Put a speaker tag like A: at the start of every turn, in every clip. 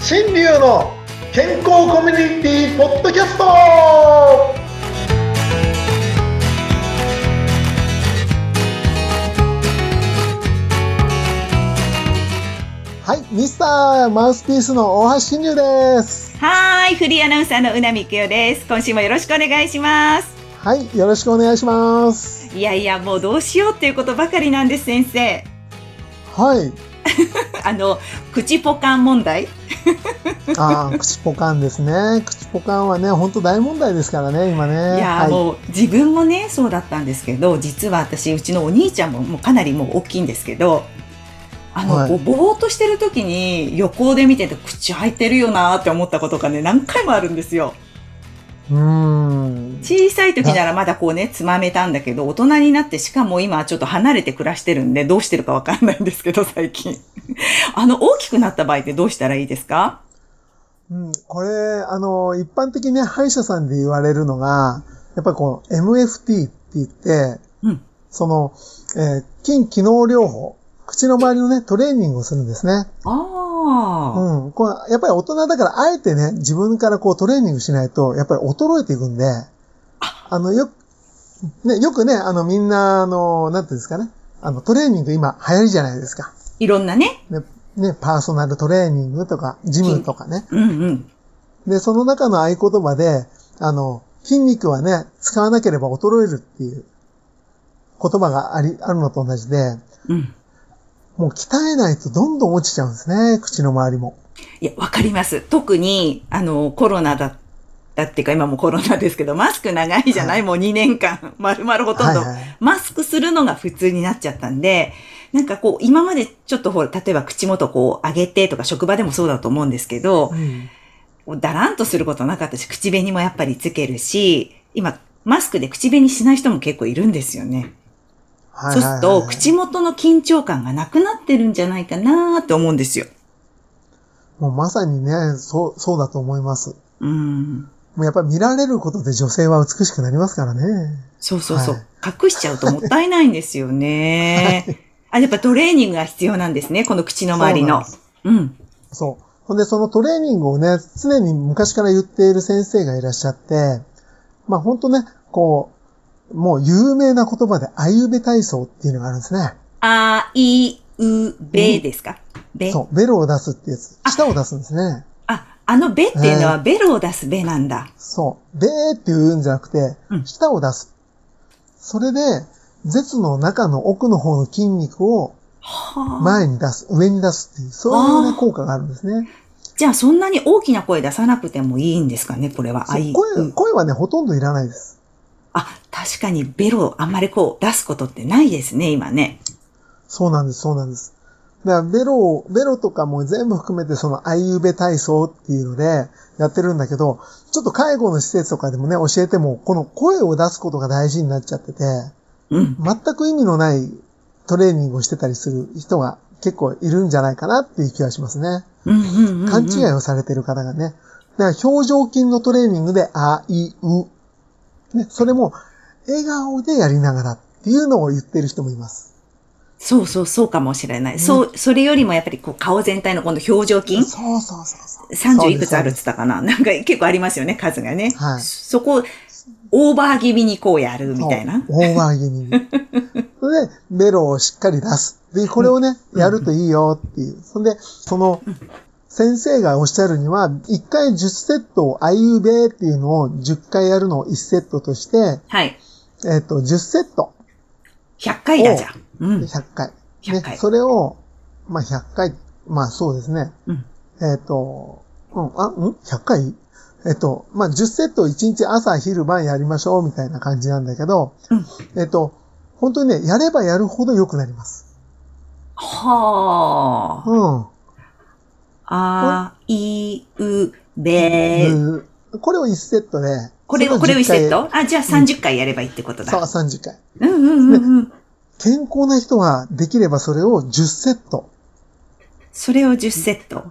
A: 新流の健康コミュニティポッドキャストは
B: はい、ミスターマウスピースの大橋新流です。
C: はーい、フリーアナウンサーのうなみきよです。今週もよろしくお願いします。
B: はい、よろしくお願いします。
C: いやいや、もうどうしようっていうことばかりなんです、先生。
B: はい、
C: あの、口ポカン問題。
B: あー 口ポカンですね。口ポカンはね、本当大問題ですからね、今
C: い
B: ね。
C: やー、
B: はい、
C: もう自分もね、そうだったんですけど、実は私、うちのお兄ちゃんももうかなりもう大きいんですけど、あの、
B: はい
C: こうぼーっとしてる時に横で見てて口開いてるよなーって思ったことがね、何回もあるんですよ。
B: うーん。
C: 小さい時ならまだこうね、つまめたんだけど、大人になって、しかも今はちょっと離れて暮らしてるんで、どうしてるかわかんないんですけど、最近。 あの、大きくなった場合ってどうしたらいいですか
B: うん、これ、あの、一般的にね、歯医者さんで言われるのが、やっぱりこの MFT って言って、
C: うん。
B: その、えー筋機能療法、口の周りのね、トレーニングをするんですね。
C: ああ。
B: うん。これ、やっぱり大人だから、あえてね、自分からこうトレーニングしないと、やっぱり衰えていくんで、あの、よく、ね、よくね、あの、みんな、あの、なんていうんですかね、あの、トレーニング今流行りじゃないですか。
C: いろんなね。
B: ね、ね、パーソナルトレーニングとか、ジムとかね。
C: うんうん。
B: で、その中の合言葉で、あの、筋肉はね、使わなければ衰えるっていう言葉があり、あるのと同じで、
C: うん。
B: もう鍛えないとどんどん落ちちゃうんですね、口の周りも。
C: いや、わかります。特に、あの、コロナだったっていうか、今もコロナですけど、マスク長いじゃない、もう2年間、 丸々ほとんど。
B: はいはい
C: マスクするのが普通になっちゃったんで、なんかこう、今までちょっとほら、例えば口元こう上げてとか、職場でもそうだと思うんですけど
B: う、ん
C: こうだらんとすることなかったし、口紅もやっぱりつけるし、今、マスクで口紅しない人も結構いるんですよね。
B: はいはい
C: そうす
B: はい
C: ると、口元の緊張感がなくなってるんじゃないかなーって思うんですよ。
B: もうまさにね、そう、そうだと思います。
C: うん。
B: もうやっぱり見られることで女性は美しくなりますからね。
C: そうそうそう。
B: はい
C: 隠しちゃうともったいないんですよね。あ、やっぱトレーニングが必要なんですね。この口の周りの。
B: そう
C: うん。
B: そう。ほんで、そのトレーニングをね、常に昔から言っている先生がいらっしゃって、まあほんとね、こう、もう有名な言葉で、あゆべ体操っていうのがあるんですね。
C: あいうべですか、べ
B: そう、ベロを出すってやつ。
C: あ
B: 舌を出すんですね。
C: あ、あのべっていうのはベロを出すべなんだ。
B: そう、べーって言うんじゃなくて
C: う、ん
B: 舌を出す。それで、舌の中の奥の方の筋肉を
C: はあ。
B: 前に出す、上に出すっていう、そういう
C: あ
B: ね、
C: ー
B: 効果があるんですね。
C: じゃあそんなに大きな声出さなくてもいいんですかねこれは。
B: そ
C: あ
B: う
C: いう。
B: 声、声はね、ほとんどいらないです。
C: あ、確かにベロをあんまりこう出すことってないですね、今ね。
B: そうなんです、そうなんです。だから、ベロを、ベロとかも全部含めて、その、あいうべ体操っていうので、やってるんだけど、ちょっと介護の施設とかでもね、教えても、この声を出すことが大事になっちゃってて、
C: うん。
B: 全く意味のないトレーニングをしてたりする人が結構いるんじゃないかなっていう気がしますね。
C: うんうんうん、うん。
B: 勘違いをされてる方がね。だから表情筋のトレーニングで、あいう。ね、それも、笑顔でやりながらっていうのを言ってる人もいます。
C: そうそう、そうかもしれない。そう、それよりもやっぱりこう顔全体の今度表情筋
B: そうそうそうそう。
C: 30いくつあるっ
B: そうで
C: つったかななんか結構ありますよね、数がね。
B: はい
C: そこ、オーバー気味にこうやるみたいな
B: す。。そうオーバー気味に。 それで、ベロをしっかり出す。で、これをね、やるといいよっていう。そんで、その、先生がおっしゃるには、1回10セットをあいうべっていうのを10回やるのを1セットとして、
C: はい。
B: えっ、と、10セット
C: 100回だじゃん。うん。
B: 100回。
C: 100
B: ね、
C: 回
B: それを、まあ、100回、まあそうですね。
C: うん
B: えっ、と、うん、あ、ん ?100 回えっ、と、まあ10セットを1日朝、昼、晩やりましょうみたいな感じなんだけど、
C: うん
B: えっ、と、本当にね、やればやるほど良くなります。
C: は
B: うん。
C: あ。あいうべ。
B: うんこれを1セットで。
C: これを、これを1
B: 10
C: セ
B: 回
C: ットあ、じゃあ30回やればいいってこと
B: そう、
C: だ。
B: 30回。
C: うんうんうんうん。
B: 健康な人は、できればそれを10セット。
C: それを10セ ット。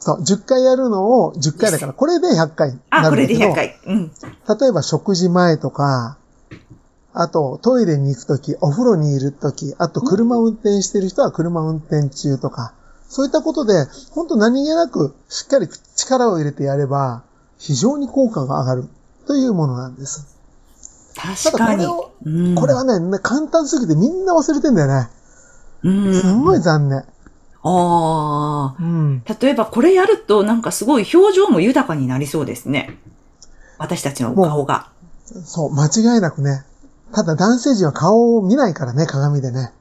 B: そう、10回やるのを10回だから、これで100回に
C: あ、
B: な
C: こ
B: る
C: れ
B: んだけど。
C: で100回。うん。
B: 例えば食事前とか、あとトイレに行くとき、お風呂にいるとき、あと車運転してる人は車運転中とか、そういったことで、本当何気なくしっかり力を入れてやれば、非常に効果が上がるというものなんです。
C: 確かに
B: ただこ。
C: うん
B: これはね、な簡単すぎてみんな忘れてんだよね。
C: うん
B: すごい残念。
C: あ
B: うん。
C: あ。例えばこれやるとなんかすごい表情も豊かになりそうですね。私たちのお顔が。
B: そう、間違いなくね。ただ男性陣は顔を見ないからね、鏡でね。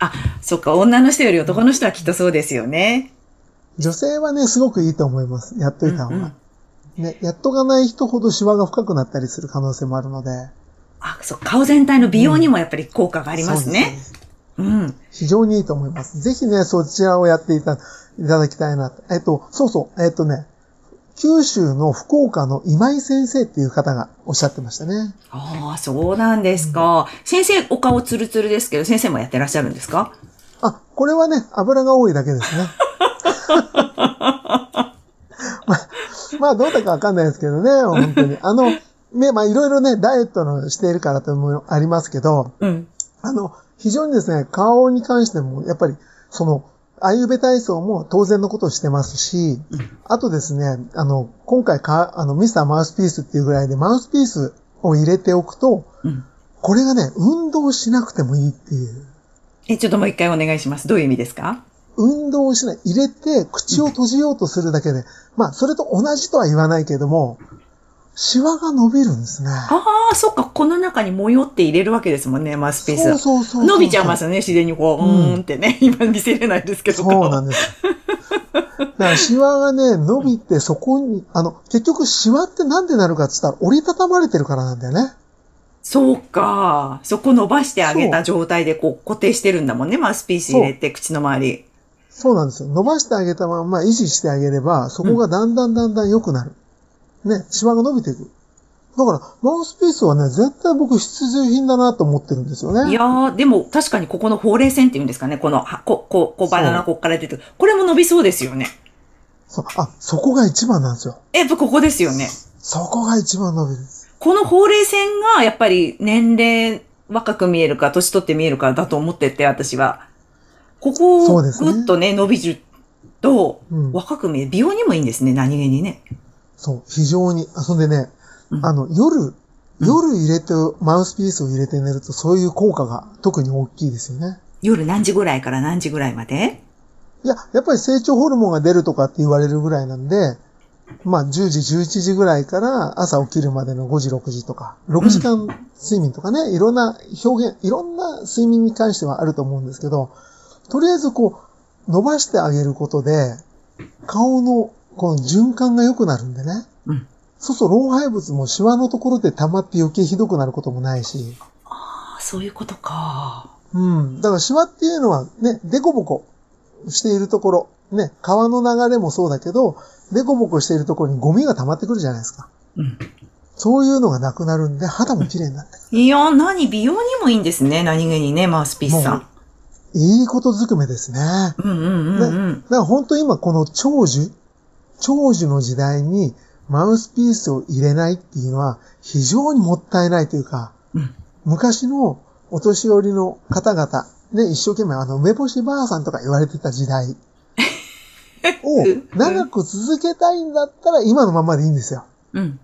C: あ、そっか、女の人より男の人はきっとそうですよね。
B: 女性はね、すごくいいと思います。やっといた方が。
C: うんうん
B: ね、やっとかない人ほどシワが深くなったりする可能性もあるので。
C: あ、そう、顔全体の美容にもやっぱり効果があ
B: あ
C: りますね。。うん。
B: 非常にいいと思います。ぜひね、そちらをやっていたいただきたいなと。えっと、そうそう、えっとね、九州の福岡の今井先生っていう方がおっしゃってましたね。
C: ああ、そうなんですか。先生、お顔ツルツルですけど、先生もやってらっしゃるんですか
B: あ、これはね、油が多いだけですね。 まあ、まあ、どうだかわかんないですけどね、本当に。あの、ね、まあ、いろいろね、ダイエットのしているからというのもありますけど、
C: うん。
B: あの、非常にですね、顔に関しても、やっぱり、その、アユベ体操も当然のことをしてますし、あとですね、あの、今回か、あの、ミスターマウスピースっていうぐらいで、マウスピースを入れておくと、
C: うん。
B: これがね、運動しなくてもいいっていう。
C: え、ちょっともう一回お願いします。どういう意味ですか
B: 運動をしない。入れて、口を閉じようとするだけで、まあ、それと同じとは言わないけれども、シワが伸びるんですね。
C: ああ、そっか、この中に模様って入れるわけですもんね、マウスピース。
B: そうそうそうそう
C: 伸びちゃいますよね、自然にこう、う
B: うん
C: ーんってね、 今見せれないですけど。
B: そうなんです。だから、シワがね、伸びて、そこに、あの、結局、シワってなんでなるかって言ったら、折りたたまれてるからなんだよね。
C: そうか。そこ伸ばしてあげた状態でこう固定してるんだもんね、マウスピース入れて口の周り。
B: そうなんですよ。伸ばしてあげたまんま、維持してあげれば、そこがだんだんだんだん良くなる。ね、シワが伸びていく。だから、マウスピースはね、絶対僕必需品だなと思ってるんですよね。
C: いやー、でも確かにここのほうれい線っていうんですかね、この、はこ、こ、こ、バナナこっから出てくる。これも伸びそうですよね。
B: そう。あ、そこが一番なんですよ。
C: やっぱここですよね。
B: そこが一番伸びる。
C: このほうれい線がやっぱり年齢若く見えるか、年取って見えるかだと思ってて、私は。ここ
B: そ
C: を
B: うですね
C: ぐっとね、伸びると
B: うん、
C: 若く見える。美容にもいいんですね、何気にね。
B: そう、非常に。あそんでね、
C: うん
B: あの、夜、夜入れて、マウスピースを入れて寝ると、そういう効果が特に大きいですよね。
C: 夜何時ぐらいから何時ぐらいまで
B: いや、やっぱり成長ホルモンが出るとかって言われるぐらいなんで、まあ、10時、11時ぐらいから朝起きるまでの5時、6時とか、6時間睡眠とかね、いろんな表現、いろんな睡眠に関してはあると思うんですけど、とりあえずこう、伸ばしてあげることで、顔のこの循環が良くなるんでね。
C: うん
B: そうすると老廃物もシワのところで溜まって余計ひどくなることもないし、
C: あそういうことか。
B: うん。だからシワっていうのはね、デコボコしているところ、ね、川の流れもそうだけど、デコボコしているところにゴミが溜まってくるじゃないですか。
C: うん。
B: そういうのがなくなるんで、肌も綺麗になってく
C: いやー、何、美容にもいいんですね、何気にね、マウスピースさん。
B: る。いいことずくめですね。だ
C: うんうんうんうん。
B: から本当今この長寿、長寿の時代にマウスピースを入れないっていうのは非常にもったいないというか、
C: うん
B: 昔のお年寄りの方々、ね、一生懸命あの、梅干しばあさんとか言われてた時代 を長く続けたいんだったら今のままでいいんですよ。
C: うん。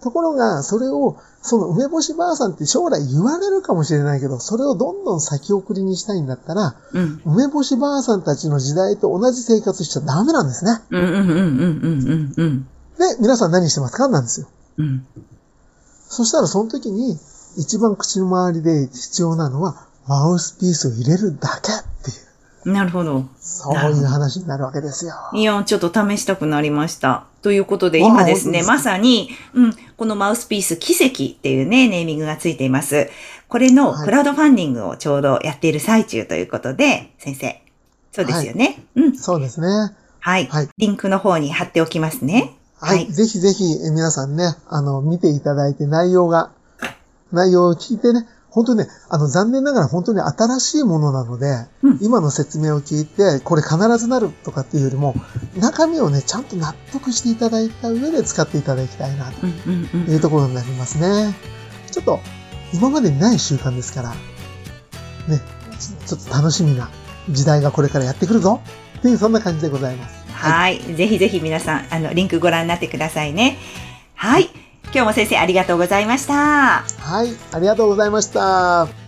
B: ところが、それを、その梅干しばあさんって将来言われるかもしれないけど、それをどんどん先送りにしたいんだったら、
C: うん。
B: 梅干しばあさんたちの時代と同じ生活しちゃダメなんですね。
C: うんうんうんうんうんうんうん。
B: で、皆さん何してますかなんですよ。
C: うん。
B: そしたらその時に、一番口の周りで必要なのは、マウスピースを入れるだけっていう。
C: なるほど。
B: そういう話になるわけですよ。
C: いや、ちょっと試したくなりました。ということで、
B: わあ
C: 今です
B: 本当
C: ね、
B: ですか
C: まさに、うん、このマウスピース奇跡っていうね、ネーミングがついています。これの
B: はい
C: クラウドファンディングをちょうどやっている最中ということで、先生。そうですよね。うん。
B: そうですね。は
C: はい。
B: はい
C: リンクの方に貼っておきますね。
B: い。
C: はい
B: ぜひぜひ、え皆さんね、あの、見ていただいて内容が、内容を聞いてね、本当にね、あの、残念ながら本当に新しいものなので、
C: うん
B: 今の説明を聞いて、これ必ずなるとかっていうよりも、中身をね、ちゃんと納得していただいた上で使っていただきたいな、
C: うんうんうん
B: というところになりますね。ちょっと、今までにない習慣ですから、ね、ちょっと楽しみな時代がこれからやってくるぞ。っていう、そんな感じでございます。
C: はい。ぜひぜひ皆さん、あの、リンクご覧になってくださいね。はい。今日も先生ありがとうございました。
B: はい、ありがとうございました。